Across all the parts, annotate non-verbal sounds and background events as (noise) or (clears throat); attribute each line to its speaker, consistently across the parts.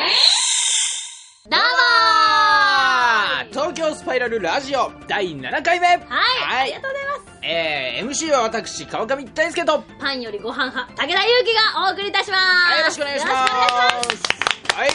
Speaker 1: どうも
Speaker 2: あ東京スパイラルラジオ第7回目はい、
Speaker 1: はい、ありがとうございます。
Speaker 2: えー、MC は私川上大輔と、は
Speaker 1: パンよりご飯派、武田祐希がお送りいたします。
Speaker 2: い、よろしくお願いします
Speaker 1: よろくお願い
Speaker 2: は
Speaker 1: し
Speaker 2: い
Speaker 1: ますはいはいはい。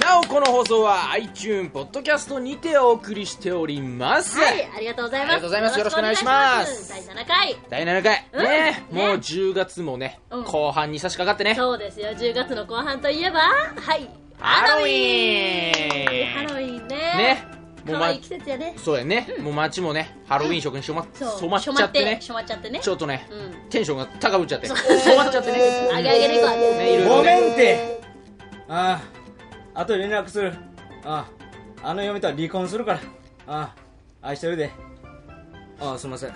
Speaker 2: なおこの放送は iTune ポッドキャストにてお送りしております、
Speaker 1: はい、ありがとうございます。
Speaker 2: ありがとうございますよろしくお願いします
Speaker 1: よろしくお願いします第7
Speaker 2: 第7回、
Speaker 1: うん
Speaker 2: ね
Speaker 1: ね
Speaker 2: もう10月もね、
Speaker 1: うん
Speaker 2: 後半に差し掛かって
Speaker 1: 回。
Speaker 2: ね
Speaker 1: そうですよ、10月の後半といえば、はい。
Speaker 2: ハロウィーン
Speaker 1: ハロウィーンね。
Speaker 2: ねもう
Speaker 1: 可
Speaker 2: ま
Speaker 1: 愛い季節やね。
Speaker 2: そうやね、もう街もねハロウィン色に染ま
Speaker 1: そう。
Speaker 2: 染まっちゃってね
Speaker 1: 染まっちゃってね。
Speaker 2: ちょっとね、
Speaker 1: うん。
Speaker 2: テンションが高ぶっちゃって
Speaker 1: そう
Speaker 2: 染まっちゃってね
Speaker 1: あげあげ猫あげあげ
Speaker 2: ねいろいろ
Speaker 3: ご
Speaker 2: ね
Speaker 3: めんってあああと連絡するあああの嫁とは離婚するからああ愛してるでああすいませんあ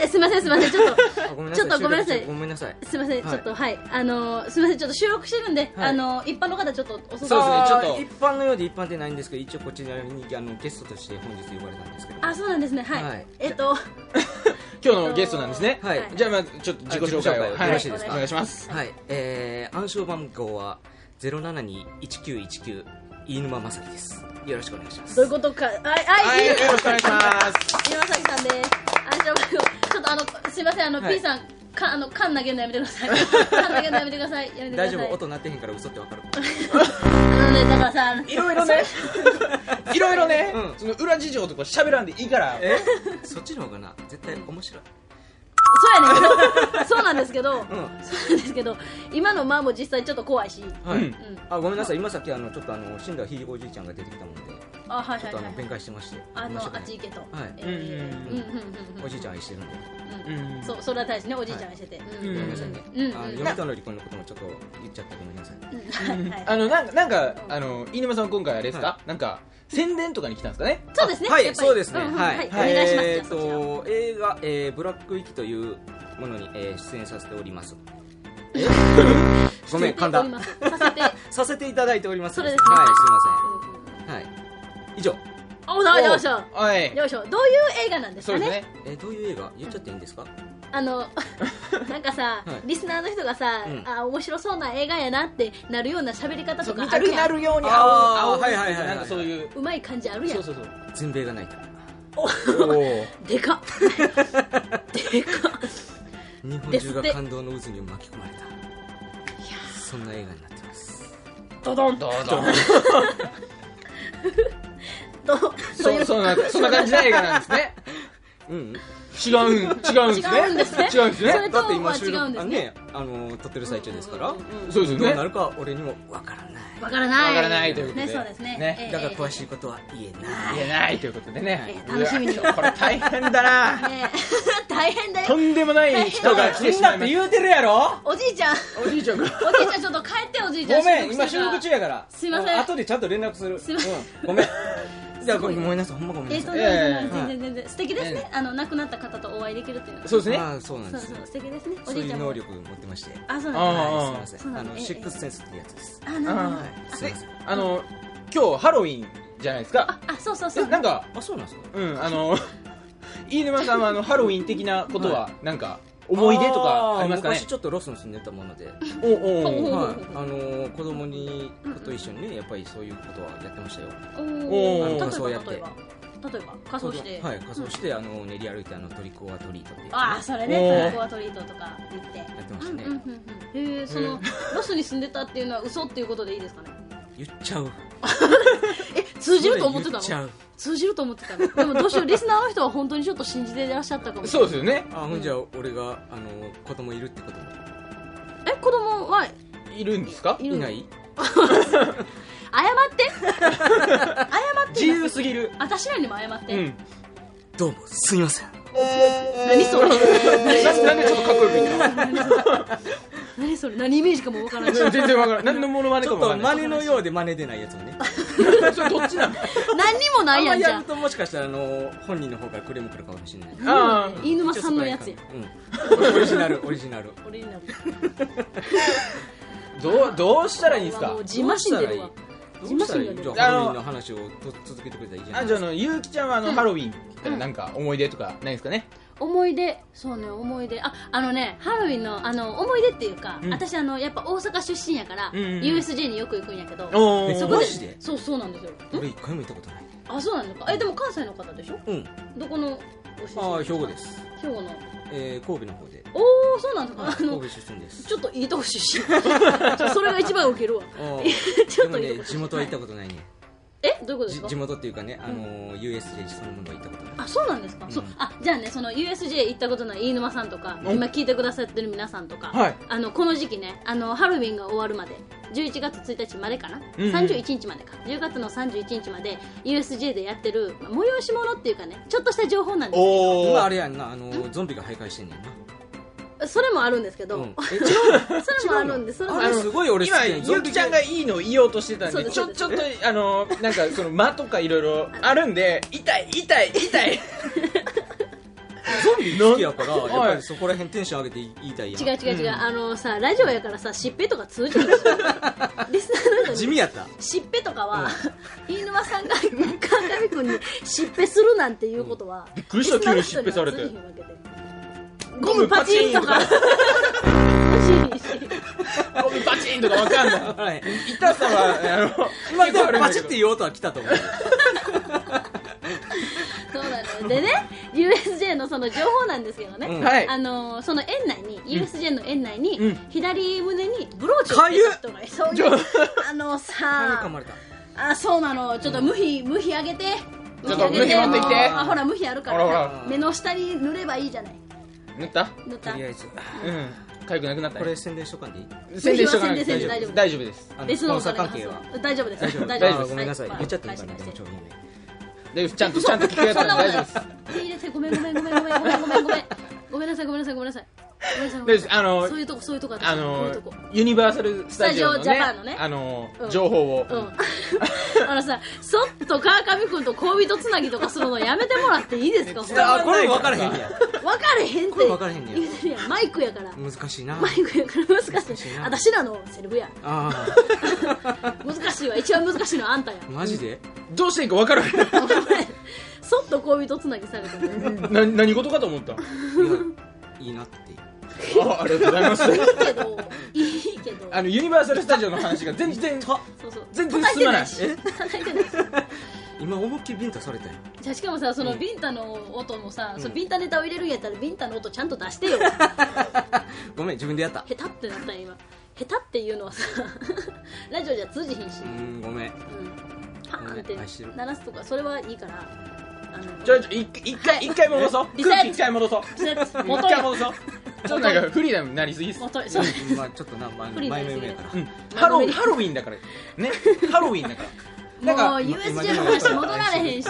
Speaker 1: え、すいませんすいません、ちょっと。
Speaker 3: ごめんな
Speaker 1: ち
Speaker 3: さ
Speaker 1: ょっ
Speaker 3: い
Speaker 1: とごめんなさい
Speaker 3: 収録中ごめんなさい
Speaker 1: すいません、
Speaker 3: はい
Speaker 1: ちょっとはいあのーすいませんちょっと収録してるんで、
Speaker 3: はい
Speaker 1: あのー一般の方ちょっとお外
Speaker 2: そうですね
Speaker 3: ああ
Speaker 2: ちょっと
Speaker 3: 一般のようで一般でないんですけど一応こちらにあのゲストとして本日呼ばれたんですけど
Speaker 1: あそうなんですねはい、
Speaker 3: はい
Speaker 1: えっと
Speaker 2: 今日のゲストなんですね、
Speaker 3: はい
Speaker 2: じゃあまあちょっと自己紹介を、
Speaker 3: はい
Speaker 2: は
Speaker 3: よろしいです
Speaker 2: お
Speaker 3: か
Speaker 2: 願いします
Speaker 3: はいえー、暗証番号は07219199飯沼正樹ですよろしくお願いしま
Speaker 1: どう
Speaker 3: す
Speaker 1: いうことかはい
Speaker 2: は
Speaker 1: はいい
Speaker 2: よろしくお願いします
Speaker 1: 岩崎さんですあじゃあ (laughs) ちょっとあのすいませんあの、
Speaker 3: はい
Speaker 1: P さんかあの缶投げるのやめてくだ
Speaker 3: (laughs)
Speaker 1: さい缶投げるのやめてくださいやめてくださ
Speaker 3: 大
Speaker 1: い
Speaker 3: 丈夫音鳴ってへんから嘘ってわかる
Speaker 1: あのねだからさあの
Speaker 2: いろいろねいろいろね、
Speaker 3: うん
Speaker 2: その裏事情とか喋らんでいいから
Speaker 3: えそっちの方がな絶対面白い
Speaker 1: そうやねそうそうなんですけど、そううんなんですけど今のまあも実際ちょっと怖いし、うん、
Speaker 3: はい、
Speaker 2: うん
Speaker 3: あごめんなさい今さっきあのちょっとあの死んだひいおじいちゃんが出てきたもんでち
Speaker 1: あはい
Speaker 3: ょ
Speaker 1: は
Speaker 3: っ
Speaker 1: い
Speaker 3: とあ
Speaker 1: は
Speaker 3: の
Speaker 1: い
Speaker 3: 弁解してまして
Speaker 1: あの
Speaker 3: 申し
Speaker 1: あ
Speaker 3: 訳ない
Speaker 1: っち行けと、
Speaker 3: はい
Speaker 1: えー
Speaker 2: うん
Speaker 1: うんうんうんうん
Speaker 3: おじいちゃん愛してるんで
Speaker 1: うん
Speaker 2: うん
Speaker 1: そうそれは大事ねおじいちゃんがしてて、
Speaker 3: ご
Speaker 2: ん
Speaker 3: めんなさいね
Speaker 1: うんうん
Speaker 3: あの
Speaker 1: うん
Speaker 3: 嫁との離婚のこともちょっと言っちゃってごめんなさい
Speaker 1: うんはい
Speaker 2: あのなんかなんかあの飯沼さん今回あれですか、なんか宣伝とかに来たんですかね
Speaker 1: そうですね
Speaker 3: あは
Speaker 1: やっ
Speaker 3: い
Speaker 1: ぱり
Speaker 3: そうですね
Speaker 1: うんうん
Speaker 3: はい
Speaker 1: はいお願いしますじ
Speaker 3: えー
Speaker 1: ゃあそ
Speaker 3: と映画えーブラックウィキというものにえー出演させてお
Speaker 1: (laughs)
Speaker 3: りますごめん
Speaker 1: させ
Speaker 3: 簡
Speaker 1: ており
Speaker 3: 単
Speaker 1: ますさせて
Speaker 3: (laughs) させていただいております
Speaker 1: それ
Speaker 3: はい
Speaker 1: ですすね
Speaker 3: いませんはい以上
Speaker 1: あおだよいしょ
Speaker 2: はい
Speaker 1: よいしょどういう映画なんです
Speaker 2: そ
Speaker 1: か
Speaker 2: うです
Speaker 1: ね
Speaker 2: ね
Speaker 3: えーどういう映画言っちゃっていいんですか
Speaker 2: (laughs)
Speaker 1: あのなんかさ
Speaker 3: はい
Speaker 1: リスナーの人がさ
Speaker 3: うん
Speaker 1: あ面白そうな映画やなってなるような喋り方
Speaker 2: そう
Speaker 1: とか
Speaker 2: 見
Speaker 1: あ
Speaker 2: た
Speaker 1: る
Speaker 2: く
Speaker 1: や
Speaker 2: なんるように
Speaker 3: あー
Speaker 2: 青い
Speaker 3: はいはいはいはい
Speaker 2: なんかそういう
Speaker 1: うまい感じあるや
Speaker 2: そうんそうそう
Speaker 3: 全米が泣いた
Speaker 2: お
Speaker 1: でかっでかっ
Speaker 3: 日本中が感動の渦に巻き込まれたそんな映画になってます
Speaker 1: ドドン
Speaker 2: どうぞ
Speaker 1: ととい
Speaker 2: (laughs) そううそんなそんな感じの映画なんですね
Speaker 3: うん
Speaker 2: 違うん違うんですね
Speaker 1: 違うんですね
Speaker 2: 違うんです
Speaker 1: それ
Speaker 2: ね
Speaker 1: とは違うんですね
Speaker 3: あねあの撮ってる最中ですから、
Speaker 1: うんうんうんうん
Speaker 2: そうですよ
Speaker 3: どう
Speaker 2: ね
Speaker 3: なるかは俺にもわからない
Speaker 1: わからない
Speaker 2: わからないということで
Speaker 1: ねそうですね
Speaker 2: ね
Speaker 1: ええ
Speaker 3: だから詳しいことは言えない
Speaker 2: 言えないということでね、
Speaker 1: えー楽しみに
Speaker 2: うわこれ大変だな
Speaker 1: ね (laughs) 大変だ
Speaker 2: と
Speaker 1: よ
Speaker 2: んでもない人が来てしまいまし
Speaker 3: 言うてるやろ
Speaker 1: おじいち
Speaker 2: (laughs)
Speaker 1: ゃん
Speaker 2: たおじいちゃんが
Speaker 1: おじいちゃんちょっと帰っておじいちゃん中
Speaker 3: やから
Speaker 1: すいません
Speaker 3: 後でちゃんと連絡する
Speaker 1: すいません
Speaker 3: うん
Speaker 1: (laughs)
Speaker 3: ごめんじゃあごめんなさいほんまごめん
Speaker 1: え
Speaker 3: な
Speaker 1: っと
Speaker 3: さい、
Speaker 1: ね、
Speaker 2: ええ
Speaker 1: 全然全然素敵ですね、あの亡くなった方とお会いできるっていうのは
Speaker 2: そうですね
Speaker 3: ああそうなん
Speaker 1: そう
Speaker 3: です
Speaker 1: そ
Speaker 3: ね
Speaker 1: う素敵ですねお
Speaker 3: そう
Speaker 1: じい
Speaker 3: い
Speaker 1: ちゃ
Speaker 3: うん
Speaker 1: も
Speaker 3: 能力持ってましてはい
Speaker 1: あそうなん
Speaker 2: あ
Speaker 1: だ
Speaker 2: あ
Speaker 3: すいま
Speaker 1: そう
Speaker 3: せん
Speaker 1: な
Speaker 3: あ
Speaker 1: んだ
Speaker 3: の
Speaker 1: ええ
Speaker 3: シックスセンスってやつです
Speaker 1: あなるほど
Speaker 3: はいすい
Speaker 2: で
Speaker 3: ません
Speaker 2: あの今日ハロウィンじゃないですか
Speaker 1: あそうそうそ
Speaker 2: え
Speaker 1: う
Speaker 2: なんか
Speaker 3: あそうなんですか
Speaker 2: うんあの (laughs) 飯沼さんはあのハロウィン的なことはなんか思い出とかありますか
Speaker 3: ー
Speaker 2: ね
Speaker 3: 昔ちょっとロスに住んでたもので
Speaker 2: おお
Speaker 1: ほうほう
Speaker 2: お
Speaker 3: はい、あのー子供にと一緒にねやっぱりそういうことはやってましたよ
Speaker 1: お
Speaker 2: おー
Speaker 1: ー
Speaker 2: あの
Speaker 3: そう
Speaker 1: 例え
Speaker 3: やっ
Speaker 1: ば
Speaker 3: て
Speaker 1: 例えば例えば仮装して、
Speaker 3: はい仮装して、あの練り歩いてあのトリコはトリートっていう
Speaker 1: ああそれね
Speaker 2: おー
Speaker 1: トラコアトリートとか言ってや
Speaker 3: ってましたね
Speaker 1: うんうんうんうん、へえその、ロスに住んでたっていうのは嘘っていうことでいいですかね
Speaker 3: 言っちゃう
Speaker 1: え通じると思ってた
Speaker 3: 言っちゃ
Speaker 1: の
Speaker 3: う
Speaker 1: 通じると思ってた
Speaker 3: (laughs)
Speaker 1: のでもどうしようリスナーの人は本当にちょっと信じていらっしゃったかもしれ
Speaker 2: そ
Speaker 1: な
Speaker 2: う
Speaker 1: い
Speaker 2: ですよね
Speaker 3: あほんじゃあ俺があの子供いるってことも
Speaker 1: え子供はい
Speaker 2: るんですか
Speaker 1: いる
Speaker 3: い
Speaker 1: の
Speaker 3: ない
Speaker 1: 謝って
Speaker 3: (laughs)
Speaker 1: 謝って
Speaker 2: 自由すぎる
Speaker 1: 私らにも謝って、
Speaker 2: うん
Speaker 3: どうもすみません
Speaker 1: 何それ
Speaker 2: なんなんでちょっとかっこよく言った
Speaker 1: 何それ何イメージかもわからない
Speaker 2: (laughs) 全然わからない何のモノマネ
Speaker 3: ち
Speaker 2: か
Speaker 3: ょっ
Speaker 2: もわ
Speaker 3: と
Speaker 2: からない
Speaker 3: 真似のようで真似でないやつもね
Speaker 2: それどっちなの
Speaker 1: 何にもな
Speaker 3: あ
Speaker 1: い
Speaker 3: んま
Speaker 1: やんじ
Speaker 3: や
Speaker 1: ゃ
Speaker 3: るともしかしたらあの本人の方からクレームくるかもしれない
Speaker 2: あ
Speaker 1: 飯沼さんのやつや
Speaker 3: うんオリジナルオリジナル
Speaker 1: オリジナル
Speaker 2: あどうどうしたらいいんですか
Speaker 1: もう自慢心出るわ
Speaker 3: どうした
Speaker 1: 自慢
Speaker 3: らいい
Speaker 1: 心が出る
Speaker 3: じゃあ本人の話をと続けてくれたらいいじゃな
Speaker 2: あ
Speaker 3: い
Speaker 2: じ
Speaker 3: で
Speaker 2: ゃああ
Speaker 3: すか
Speaker 2: のゆうきちゃんはあの、ハロウィンからなんか思い出とかないですかね
Speaker 1: 思い出そうね思い出ああのねハロウィンのあの思い出っていうか、
Speaker 2: うん
Speaker 1: 私あのやっぱ大阪出身やから、
Speaker 2: うんうんうん
Speaker 1: USJ によく行くんやけど、
Speaker 2: お
Speaker 3: ー
Speaker 1: そこ
Speaker 3: マ
Speaker 1: で
Speaker 3: ジで
Speaker 1: そうそうなんですよん
Speaker 3: 俺一回も行ったことない
Speaker 1: あそうなんですかえでも関西の方でしょ
Speaker 3: うん
Speaker 1: どこの
Speaker 3: あ
Speaker 1: ご
Speaker 3: あ
Speaker 1: 出
Speaker 3: 兵
Speaker 1: 身
Speaker 3: 庫です、
Speaker 1: 兵庫の
Speaker 3: えー、神戸の方で
Speaker 1: おおそうなんですかあ
Speaker 3: 神
Speaker 1: の
Speaker 3: 戸出身です
Speaker 1: ちょっといいとこ出身 (laughs) ちょそれが一番ウケるわ
Speaker 3: あ
Speaker 1: ちょっ
Speaker 3: でも
Speaker 1: といいと
Speaker 3: ね
Speaker 1: こ
Speaker 3: 地元は行ったことないね、
Speaker 1: えどういうことです
Speaker 3: じ
Speaker 1: か
Speaker 3: 地元っていうかね、あのー USJ そのものは行ったことない
Speaker 1: あそうなんですか、
Speaker 3: うん
Speaker 1: そうあじゃあねその USJ 行ったことない飯沼さんとか
Speaker 2: うん
Speaker 1: 今聞いてくださってる皆さんとか、
Speaker 2: はい
Speaker 1: あのこの時期ねあのハロウィンが終わるまで11月1日までかな、
Speaker 2: うんうん
Speaker 1: 31日までか10月の31日まで USJ でやってる、まあ、催し物っていうかねちょっとした情報なんですけ
Speaker 2: お
Speaker 3: 今あ
Speaker 2: ー
Speaker 3: れやんな、あのーゾンビが徘徊してんねんな
Speaker 1: どそれもあるんですけど、
Speaker 3: うん
Speaker 1: そ
Speaker 3: え違う
Speaker 1: れもあるんで (laughs) それも
Speaker 3: あ
Speaker 1: あ
Speaker 3: れ
Speaker 1: る
Speaker 3: すごい俺好き
Speaker 2: 今
Speaker 3: やんゾ
Speaker 2: ゆ
Speaker 3: ン
Speaker 2: う
Speaker 3: ビ
Speaker 2: きちゃんがいいの言おうとしてたん
Speaker 1: そう
Speaker 2: で
Speaker 1: です
Speaker 2: ちょち
Speaker 1: そ
Speaker 2: ょ
Speaker 1: う
Speaker 2: っ
Speaker 1: で
Speaker 2: とあのなんかその間とかいろいろあるんで痛い痛い痛い
Speaker 3: (laughs) ゾンビ好きやから
Speaker 2: い
Speaker 3: やっぱりそこら辺テンション上げて言いたいやん
Speaker 1: 違う違う違う、あのさラジオやからさしっぺとか通じるんですよリスナーなのに
Speaker 3: 地味やった
Speaker 1: しっぺとかは、飯沼さんが川上君にしっぺするなんていうことは、びっ
Speaker 2: くりした急にしっぺされて
Speaker 1: ゴムパチンとか欲しいし
Speaker 2: ゴミパチンとかわかんない
Speaker 3: はい
Speaker 2: 痛さ
Speaker 3: (laughs)
Speaker 2: はあの
Speaker 3: 今
Speaker 2: 結構あるんだ
Speaker 3: パ
Speaker 2: け
Speaker 3: チっ
Speaker 2: ど
Speaker 3: て言おうとは来たと思う
Speaker 1: そうなのよでね USJ のその情報なんですけどね、
Speaker 3: うん
Speaker 2: はい
Speaker 1: あのーその園内に USJ の園内に、
Speaker 2: うん
Speaker 1: 左胸にブローチをつけた人がいそういうあのさ
Speaker 3: 噛まれた
Speaker 1: あそうなのちょっと無比、無比あげて
Speaker 2: ちょっ
Speaker 1: あ
Speaker 2: と
Speaker 1: げ
Speaker 2: 無比持ってきて
Speaker 1: あほら無比あるから
Speaker 2: ほらほら
Speaker 1: 目の下に塗ればいいじゃない
Speaker 2: 塗った
Speaker 1: 塗った
Speaker 3: とりあえず
Speaker 2: うんかゆくなくなった
Speaker 3: こ
Speaker 2: ね
Speaker 3: れ宣伝しとかんでいい
Speaker 2: 宣伝しとかな
Speaker 1: 宣伝宣伝
Speaker 2: 大
Speaker 1: 大
Speaker 2: 丈夫大丈夫
Speaker 1: 丈夫
Speaker 2: です
Speaker 3: あの
Speaker 1: 別のお
Speaker 3: 交差
Speaker 1: 金が
Speaker 3: 関係は
Speaker 1: 大丈夫です
Speaker 2: 大丈夫
Speaker 3: あごめんなさい
Speaker 1: は
Speaker 3: 言っちゃっていいか
Speaker 1: は
Speaker 3: なでも
Speaker 1: 返して
Speaker 3: ちょうどいいね
Speaker 2: 大丈夫ちゃんとちゃんと聞くやつ
Speaker 1: (laughs) そ
Speaker 2: なんんで
Speaker 1: なこと
Speaker 2: 大
Speaker 1: な
Speaker 2: 丈夫です
Speaker 1: いです手入れてごめんごめんごめんごめんごめんごめんごめんごめんなさいごめんなさいごめんなさいごめんなさいごめんなさい
Speaker 2: 大丈夫ですあの
Speaker 1: そういうとこそういうとこ
Speaker 2: あ
Speaker 1: そうい
Speaker 2: の
Speaker 1: うとこ
Speaker 2: ユニバーサル・スタジオのね
Speaker 1: スタジオジャパンのね
Speaker 2: あの
Speaker 1: うん
Speaker 2: 情報を、
Speaker 1: うんあのさそっと川上君と恋人つなぎとかするのやめてもらっていいですかほんま
Speaker 3: あこれ分からへんねや
Speaker 1: 分かれへんって
Speaker 3: これ分からへんねや
Speaker 1: 言うてるやんマイクやから
Speaker 3: 難しいな
Speaker 1: マイクやから難
Speaker 3: 難
Speaker 1: し
Speaker 3: し
Speaker 1: い
Speaker 3: いな
Speaker 1: 私らのセリフや
Speaker 3: あ
Speaker 1: 難しいわ一番難しいのはあんたや
Speaker 3: あマジで
Speaker 2: どうしていいか分からへん
Speaker 1: そっと恋人つなぎされたの
Speaker 2: (laughs) な何事かと思った
Speaker 3: いやいいなっていう
Speaker 2: あありがとうございます
Speaker 1: いいけどいいけど
Speaker 2: あのユニバーサル・スタジオの話が全然
Speaker 1: そうそう
Speaker 2: 全然進まない
Speaker 1: 叩いてないし叩いてないし
Speaker 3: 今思いっきりビンタされたよ
Speaker 1: じゃあしかもさそのビンタの音もさ、そのビンタネタを入れるんやったらビンタの音ちゃんと出してよ
Speaker 3: ごめん自分でやった
Speaker 1: ヘタってなったん今ヘタっていうのはさ (laughs) ラジオじゃ通じひんし
Speaker 3: う、んごめん
Speaker 1: うん、パーンっ
Speaker 3: ごめん愛して
Speaker 1: て
Speaker 3: る
Speaker 1: 鳴らすとかそれはいいからあの
Speaker 2: ちょちょ一一回一回戻そう
Speaker 1: リセット
Speaker 2: 空気一回戻そう
Speaker 1: リセット
Speaker 2: 一
Speaker 1: 元
Speaker 2: 回
Speaker 1: へ
Speaker 2: 戻そうちょっとなんかフリーダムになりすぎっす
Speaker 1: 元へそう
Speaker 3: うんまあちょっとなまあ
Speaker 1: 不利にな
Speaker 3: 前
Speaker 1: り
Speaker 3: の
Speaker 1: すぎ
Speaker 3: 夢
Speaker 1: る
Speaker 3: やから
Speaker 2: うんハロウィンハロウィンだからねハロウィンだからなんか
Speaker 1: もう
Speaker 3: 今
Speaker 1: USJ の話戻られへ
Speaker 2: (laughs)
Speaker 1: んし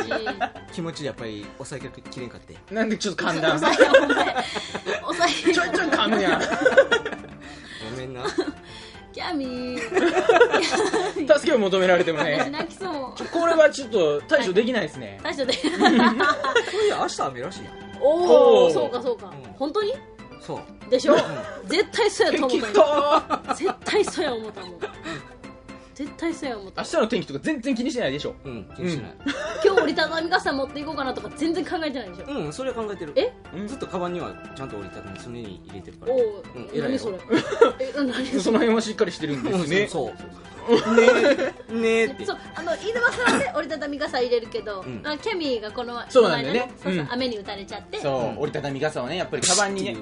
Speaker 3: 気持ちでやっぱり抑えきれんかって
Speaker 2: なんでちょっと
Speaker 1: (laughs) お
Speaker 2: 寒 (laughs) 暖
Speaker 1: さ
Speaker 2: 差
Speaker 1: えほんまやおさえ
Speaker 2: ちょいちょい噛むやん
Speaker 3: ごめん
Speaker 1: (laughs)
Speaker 3: な
Speaker 1: キャミー
Speaker 2: 助けを求められても
Speaker 1: 私
Speaker 2: ね
Speaker 1: 泣きそう
Speaker 2: これはちょっと対処できないですね
Speaker 1: 大将
Speaker 3: (laughs)
Speaker 1: で
Speaker 3: そういや明日雨らしいやん
Speaker 1: お
Speaker 2: おー
Speaker 1: おそうかそうか、
Speaker 3: うん
Speaker 1: 本当に
Speaker 3: そう
Speaker 1: でしょ
Speaker 3: う
Speaker 1: 絶対そうやと思
Speaker 2: 聞
Speaker 1: っ
Speaker 2: く
Speaker 1: た
Speaker 2: と
Speaker 1: よ絶対そうや思ったもん絶対そうや思った
Speaker 2: 明日の天気とか全然気にしてないでしょ
Speaker 3: うん気にしない
Speaker 1: 今日折りたたみ傘持っていこうかなとか全然考えてないでしょ
Speaker 3: うんそれは考えてる
Speaker 1: え
Speaker 3: ずっとカバンにはちゃんと折りたたみ常に入れてるから
Speaker 1: おお、
Speaker 3: うん偉い
Speaker 1: 何
Speaker 3: よ
Speaker 1: それえ何
Speaker 2: その辺はしっかりしてるんで
Speaker 3: うん
Speaker 2: すね
Speaker 3: そうそうねねっ
Speaker 1: (laughs)
Speaker 3: て
Speaker 1: そうあの飯沼さんで折りたたみ傘入れるけど、
Speaker 3: うん
Speaker 1: あキャミーがこの
Speaker 2: そうなんだよね
Speaker 1: この間そうそう
Speaker 2: うん
Speaker 1: 雨に打たれちゃって (laughs)
Speaker 2: そう
Speaker 1: 刺
Speaker 2: 折りたたみ傘をねやっぱりカバンにね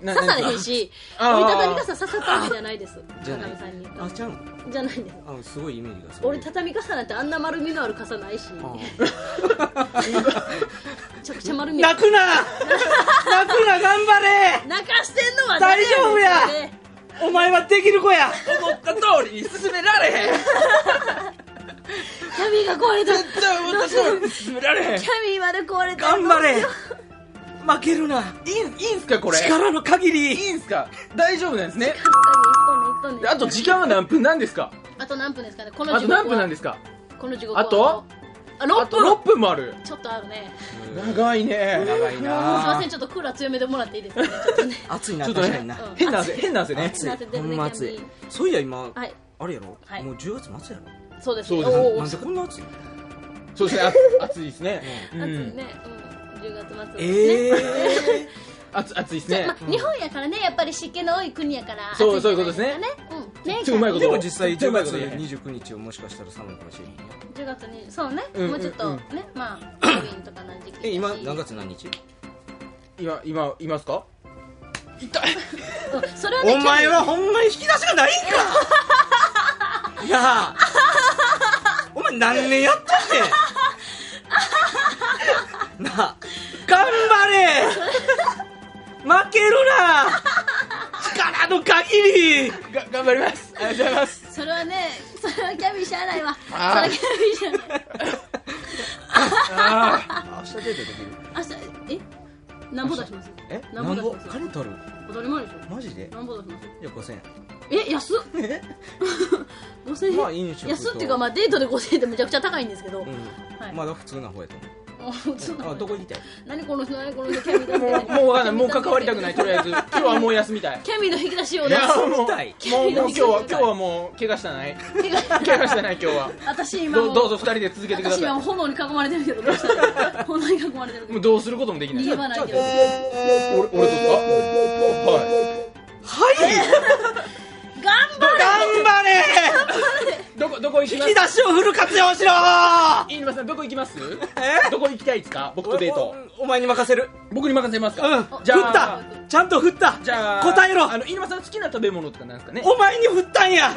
Speaker 2: な
Speaker 1: されへんし
Speaker 2: あー
Speaker 1: 折りたたみ傘刺さったわけじゃないです
Speaker 3: じゃ
Speaker 1: 田
Speaker 3: ない
Speaker 1: 辺さんに
Speaker 3: あちゃう
Speaker 1: じゃないんです
Speaker 3: のあすごいイメージがそう
Speaker 1: 折りたたみ傘なんてあんな丸みのある傘ないし
Speaker 3: あ
Speaker 1: め
Speaker 3: ー
Speaker 1: ちゃくちゃ丸みある
Speaker 2: 泣くな泣くな頑張れ
Speaker 1: 泣かしてんのは
Speaker 2: 大丈夫や
Speaker 1: 誰んですよね
Speaker 2: お前はできる子や思った通りに進められへん
Speaker 1: キャミーが壊れた
Speaker 2: 絶対思った通りに進められへんい
Speaker 1: キャミーまで壊れた
Speaker 3: 頑張れ負けるない
Speaker 2: いいんすかこれ
Speaker 3: 力の限
Speaker 2: い
Speaker 3: り
Speaker 2: いんすか大丈夫なんですね
Speaker 1: 確かに一本ね一本ね
Speaker 2: あと時間は何分なんですか
Speaker 1: あと何分ですかねこの
Speaker 2: あ
Speaker 1: 地
Speaker 2: と
Speaker 1: 獄
Speaker 2: 何
Speaker 1: は
Speaker 2: 分なんですか
Speaker 1: この地獄は
Speaker 2: あと
Speaker 1: あ
Speaker 2: あ
Speaker 1: 6
Speaker 2: と
Speaker 1: 分
Speaker 2: 6分もある
Speaker 1: ちょっとあるね
Speaker 2: 長いね
Speaker 3: 長い
Speaker 1: すいま
Speaker 3: な
Speaker 1: せんちょっとクーラー強めでもらっていいですかねちょっとね
Speaker 3: 暑いな
Speaker 2: ちょっと
Speaker 3: 確かに
Speaker 2: ね
Speaker 3: な
Speaker 1: う
Speaker 2: (laughs)
Speaker 1: ん
Speaker 2: 変な汗変な汗ね
Speaker 3: 暑い
Speaker 1: 夏出て
Speaker 3: ほ
Speaker 1: るね
Speaker 3: んま暑い
Speaker 1: 逆に
Speaker 3: そういや今
Speaker 1: はい
Speaker 3: あれやろ
Speaker 1: はい
Speaker 3: もう10月末やろ
Speaker 1: そうです
Speaker 2: そうです
Speaker 1: おー
Speaker 3: なんでこんな暑いの
Speaker 2: そうですねあ暑いですね
Speaker 1: 暑
Speaker 2: う
Speaker 1: いね
Speaker 2: ん
Speaker 1: うん10月末なんですね、
Speaker 2: ええ暑暑いですね
Speaker 1: まあ、日本やからねやっぱり湿気の多い国やから
Speaker 2: そう
Speaker 1: 暑
Speaker 2: そういうことですね
Speaker 1: じゃないですかねうんね
Speaker 2: ちょうまいこと
Speaker 3: でも実際
Speaker 2: ちょう
Speaker 3: 10
Speaker 2: まい
Speaker 3: 月
Speaker 2: こと言えへん
Speaker 3: 29日はもしかしたら寒いかもしれへんよ
Speaker 1: 10月にそうね、
Speaker 2: うん
Speaker 1: もうちょっと
Speaker 2: うん
Speaker 1: ね、
Speaker 2: (clears throat)
Speaker 1: まあハロウィンとかの時期だし
Speaker 3: え今何月何日
Speaker 2: 今今いますか
Speaker 1: うんそれはね
Speaker 3: お前はほんまに引き出しがないん (laughs) かいやあお前何年やって (laughs) んねんなあ頑張れ負けるな力の限り
Speaker 2: (laughs) が頑張りますありがとうございます
Speaker 1: それはねそれはキャビしゃあないわそれ
Speaker 2: あ
Speaker 1: は
Speaker 2: ー
Speaker 1: キャビしゃあない
Speaker 3: 明日デートできる
Speaker 1: 明日えなんぼ出します
Speaker 3: え
Speaker 1: なんぼ出します
Speaker 3: 金取る
Speaker 1: 当たり前でし
Speaker 3: マジで
Speaker 1: ょなんぼ出します
Speaker 3: いや5000円
Speaker 1: え安っ5000円、
Speaker 3: まあ飲食と
Speaker 1: 安っていうか、まあ、デートで5000円ってめちゃくちゃ高いんですけど、
Speaker 3: うん、
Speaker 1: はい
Speaker 3: まだ普通な方やと思
Speaker 1: あ普通
Speaker 3: う
Speaker 1: な
Speaker 3: あどこ行きたい
Speaker 1: 何この人何この人キャミ
Speaker 2: もうもう分 (laughs) かんないもう関わりたくないとりあえず今日はもう休みたい
Speaker 1: キャミの引き出しを
Speaker 2: い
Speaker 1: 出
Speaker 2: や
Speaker 1: す
Speaker 2: もうもうもう
Speaker 3: 痛い
Speaker 2: 今日は今日はもう怪我したない怪我したない今日は
Speaker 1: 私今も
Speaker 2: どうどうぞ二人で続けてくだ
Speaker 1: 私今
Speaker 2: さ
Speaker 1: も
Speaker 2: いう
Speaker 1: 炎に囲まれてるけどどうしたの炎に囲まれてるけ
Speaker 2: もう
Speaker 1: ど
Speaker 2: どうすることもできない
Speaker 1: 逃げ場ないけど
Speaker 2: 俺俺とあは
Speaker 3: はい
Speaker 1: 頑張れ
Speaker 3: 頑張れ
Speaker 2: いどこどこ行き
Speaker 3: 引
Speaker 2: ま
Speaker 3: き
Speaker 2: す
Speaker 3: 出しをフル活用しろー
Speaker 2: 飯沼さんどこ行きます
Speaker 3: え
Speaker 2: どこ行きたいですか僕とデート
Speaker 3: おお前に任せる
Speaker 2: 僕に任せますか
Speaker 3: うん
Speaker 2: じゃ
Speaker 3: 振っ
Speaker 2: あ
Speaker 3: たちゃんと振った
Speaker 2: じゃあ
Speaker 3: 答えろ
Speaker 2: あの飯沼さんの好きな食べ物とかなんですかね
Speaker 3: お前に振ったんや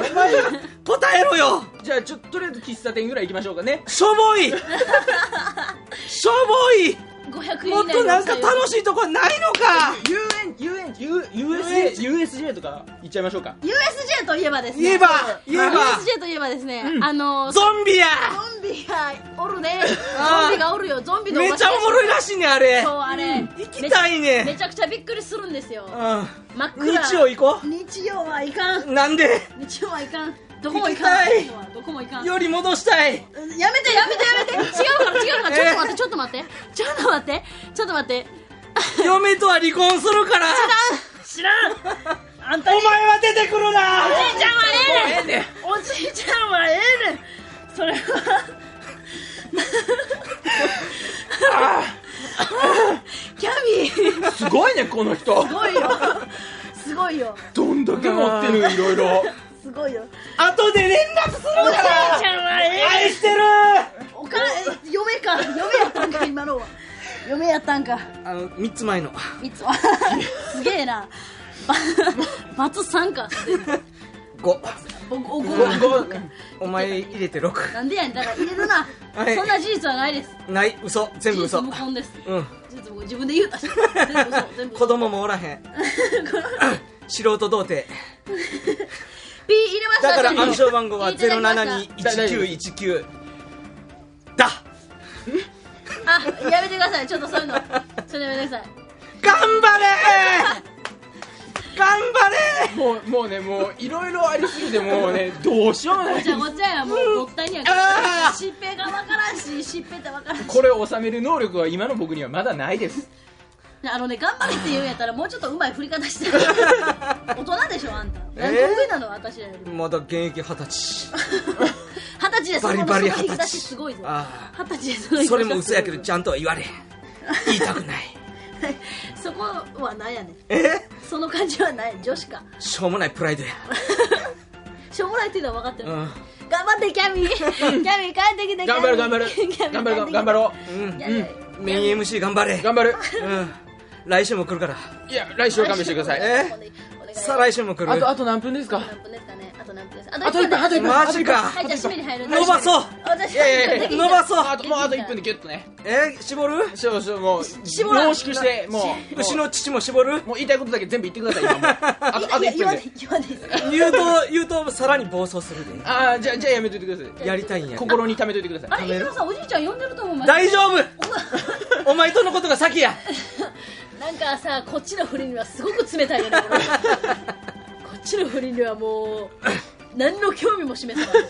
Speaker 3: 答えろよ
Speaker 2: じゃあちょっととりあえず喫茶店ぐらい行きましょうかね
Speaker 3: しょぼいしょ
Speaker 1: 500
Speaker 3: ぼい
Speaker 1: 円
Speaker 3: もっとなんか
Speaker 1: し
Speaker 3: 楽しいとこないのか
Speaker 2: 遊園遊園遊 USJ USJ とか行っちゃいましょうか
Speaker 1: USJ といえばですね
Speaker 3: 言えば言えば
Speaker 1: USJ といえばですね、あのゾ
Speaker 3: ゾンビや
Speaker 1: ンビがおるね
Speaker 3: あー
Speaker 1: ゾンビがおるよゾンビの
Speaker 3: めちゃおもろいらしいねあれ
Speaker 1: そうあれ
Speaker 3: 行きたい
Speaker 1: め
Speaker 3: ね
Speaker 1: ちゃくちゃびっくりするんですよ
Speaker 3: う
Speaker 1: 真っ
Speaker 3: ん
Speaker 1: 暗
Speaker 3: 日曜行こ
Speaker 1: 日曜はいかん
Speaker 3: うなんで
Speaker 1: 日曜はいかんどこもい
Speaker 3: 行き
Speaker 1: かん
Speaker 3: たい
Speaker 1: 日曜はどこもいかん
Speaker 3: より戻したい
Speaker 1: やめてやめてやめて違うから違うからちょっと待ってちょっと待ってちょっと待ってちょっと待って
Speaker 3: 嫁とは離婚するから
Speaker 1: 知らん
Speaker 3: (laughs)
Speaker 1: あん
Speaker 3: お
Speaker 1: た
Speaker 3: 前
Speaker 1: に
Speaker 3: は出てくるな
Speaker 1: おじいちゃんはええねん
Speaker 2: ね
Speaker 1: おじいちゃんはええねんそれはキャビーす
Speaker 2: すごいねこの人
Speaker 1: ごいよすごいよ
Speaker 2: どんだけ持ってるいろいろ
Speaker 1: すごいよ
Speaker 3: 後で連絡する
Speaker 1: おじい
Speaker 3: か
Speaker 1: ち
Speaker 3: ら
Speaker 1: ゃんはええ
Speaker 3: 愛してる
Speaker 1: おかえ嫁か嫁やったんか今のは嫁やったんか
Speaker 3: あの3つ前の
Speaker 1: いつもすげえなばバツ3か
Speaker 3: 5
Speaker 1: おおごめん
Speaker 3: 5お前入れて6
Speaker 1: なんでやねんだから入れるな、
Speaker 3: はい
Speaker 1: そんな事実はないです
Speaker 3: ない嘘全部嘘
Speaker 1: 事実無根です
Speaker 3: うん
Speaker 1: 事実無根自分で言うたし全部嘘全部
Speaker 3: (laughs) 子
Speaker 1: 嘘
Speaker 3: 供もおらへ
Speaker 1: (laughs)
Speaker 3: ん素人童貞
Speaker 1: ピー入れました
Speaker 3: だから暗証
Speaker 1: (laughs)
Speaker 3: 番号
Speaker 1: 入
Speaker 3: は
Speaker 1: れていただきまし
Speaker 3: 07211919だ
Speaker 1: たあやめてくださいちょっとそういうのそれやめてください
Speaker 3: 頑張れー頑張れー
Speaker 2: もうもうねもういろいろありすぎてもうねどうしようもな
Speaker 1: ご
Speaker 2: い
Speaker 1: ちゃごちゃやもうごったいには
Speaker 3: あー
Speaker 1: 疾病がわからんし疾病ってわからんし
Speaker 2: これを収める能力は今の僕にはまだないです
Speaker 1: あのね頑張れって言うんやったらもうちょっとうまい振り方
Speaker 3: (laughs)
Speaker 1: して大人でしょあんた何
Speaker 3: えー
Speaker 1: 得意なの私らより
Speaker 3: (laughs) まだ現役二十歳
Speaker 1: 二十歳でそ
Speaker 3: バリ
Speaker 1: の
Speaker 3: バリ
Speaker 1: その引き出し
Speaker 3: 二十歳
Speaker 1: すごいぞ
Speaker 3: あ
Speaker 1: 二十歳でその引き出し
Speaker 3: それも嘘やけど
Speaker 1: す
Speaker 3: ちゃんとは言われへん言いたくない
Speaker 1: ごいぞそこはなんやねん
Speaker 3: え
Speaker 1: その感じはない女
Speaker 3: (laughs)
Speaker 1: 子か
Speaker 3: しょうもないプライドや
Speaker 1: しょうもないっていうのは分かってる、
Speaker 3: うん
Speaker 1: 頑張ってキャミーキャミー帰ってきて
Speaker 2: 頑張る頑張る (laughs) 頑張る頑張ろ
Speaker 3: う
Speaker 2: うん
Speaker 1: う
Speaker 3: メイン MC 頑張れ
Speaker 2: 頑張る
Speaker 3: うん来週も来るから
Speaker 2: いや来週は勘弁してください
Speaker 3: え再来週も来
Speaker 2: あ
Speaker 3: る
Speaker 2: とあと何分ですか
Speaker 1: 何分ですかねあと何分です
Speaker 2: あと一分あと一分
Speaker 3: マジか
Speaker 1: はいじゃあ締めに入るんで
Speaker 3: 伸ばそう
Speaker 1: 私
Speaker 2: いやいやいや
Speaker 1: 私
Speaker 3: 伸ばそう
Speaker 2: あともうあと1分でギュッとね
Speaker 3: え絞る
Speaker 2: しょしょもう
Speaker 1: 絞らん
Speaker 2: 濃縮してもう
Speaker 3: 牛の乳も絞る
Speaker 2: もう言いたいことだけ全部言ってください今もうあとあと
Speaker 1: いや
Speaker 2: 1
Speaker 1: 言
Speaker 2: 分
Speaker 1: わない
Speaker 2: で
Speaker 1: 言わないです
Speaker 3: 言うと言うとさらに暴走するで
Speaker 2: ああじゃあじゃあやめといてください
Speaker 3: やりたいんや
Speaker 2: 心に溜めといてくだ
Speaker 1: あ
Speaker 2: さい
Speaker 1: れ飯沼さんおじいちゃん呼んでると思う
Speaker 3: 大丈夫お前とのことが先や
Speaker 1: なんかさこっちの振りにはすごく冷たいよねこっちの振りにはもう何の興味も示さない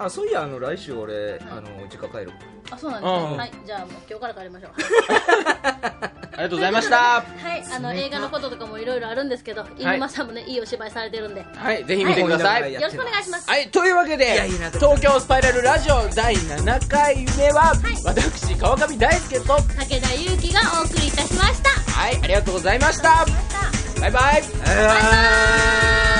Speaker 3: あそういやあの来週俺あの実家帰る
Speaker 1: あそうなんですね、
Speaker 2: うん
Speaker 1: はいじゃあもう今日から帰りましょう
Speaker 2: ありがとうございました
Speaker 1: はいあの映画のこととかもいろいろあるんですけど飯沼さんもねいいお芝居されてるんでよ
Speaker 2: はいぜひ見てください、
Speaker 3: はい
Speaker 2: はい
Speaker 1: ろしくお願いします
Speaker 2: というわけで
Speaker 3: やいいな
Speaker 2: 東京スパイラルラジオ第7回目は、
Speaker 1: い
Speaker 2: 私川上大輔とはい
Speaker 1: 武田裕樹がお送りいたしました
Speaker 2: ありがとうございました
Speaker 1: ました
Speaker 2: バイバイ
Speaker 3: バイバーイ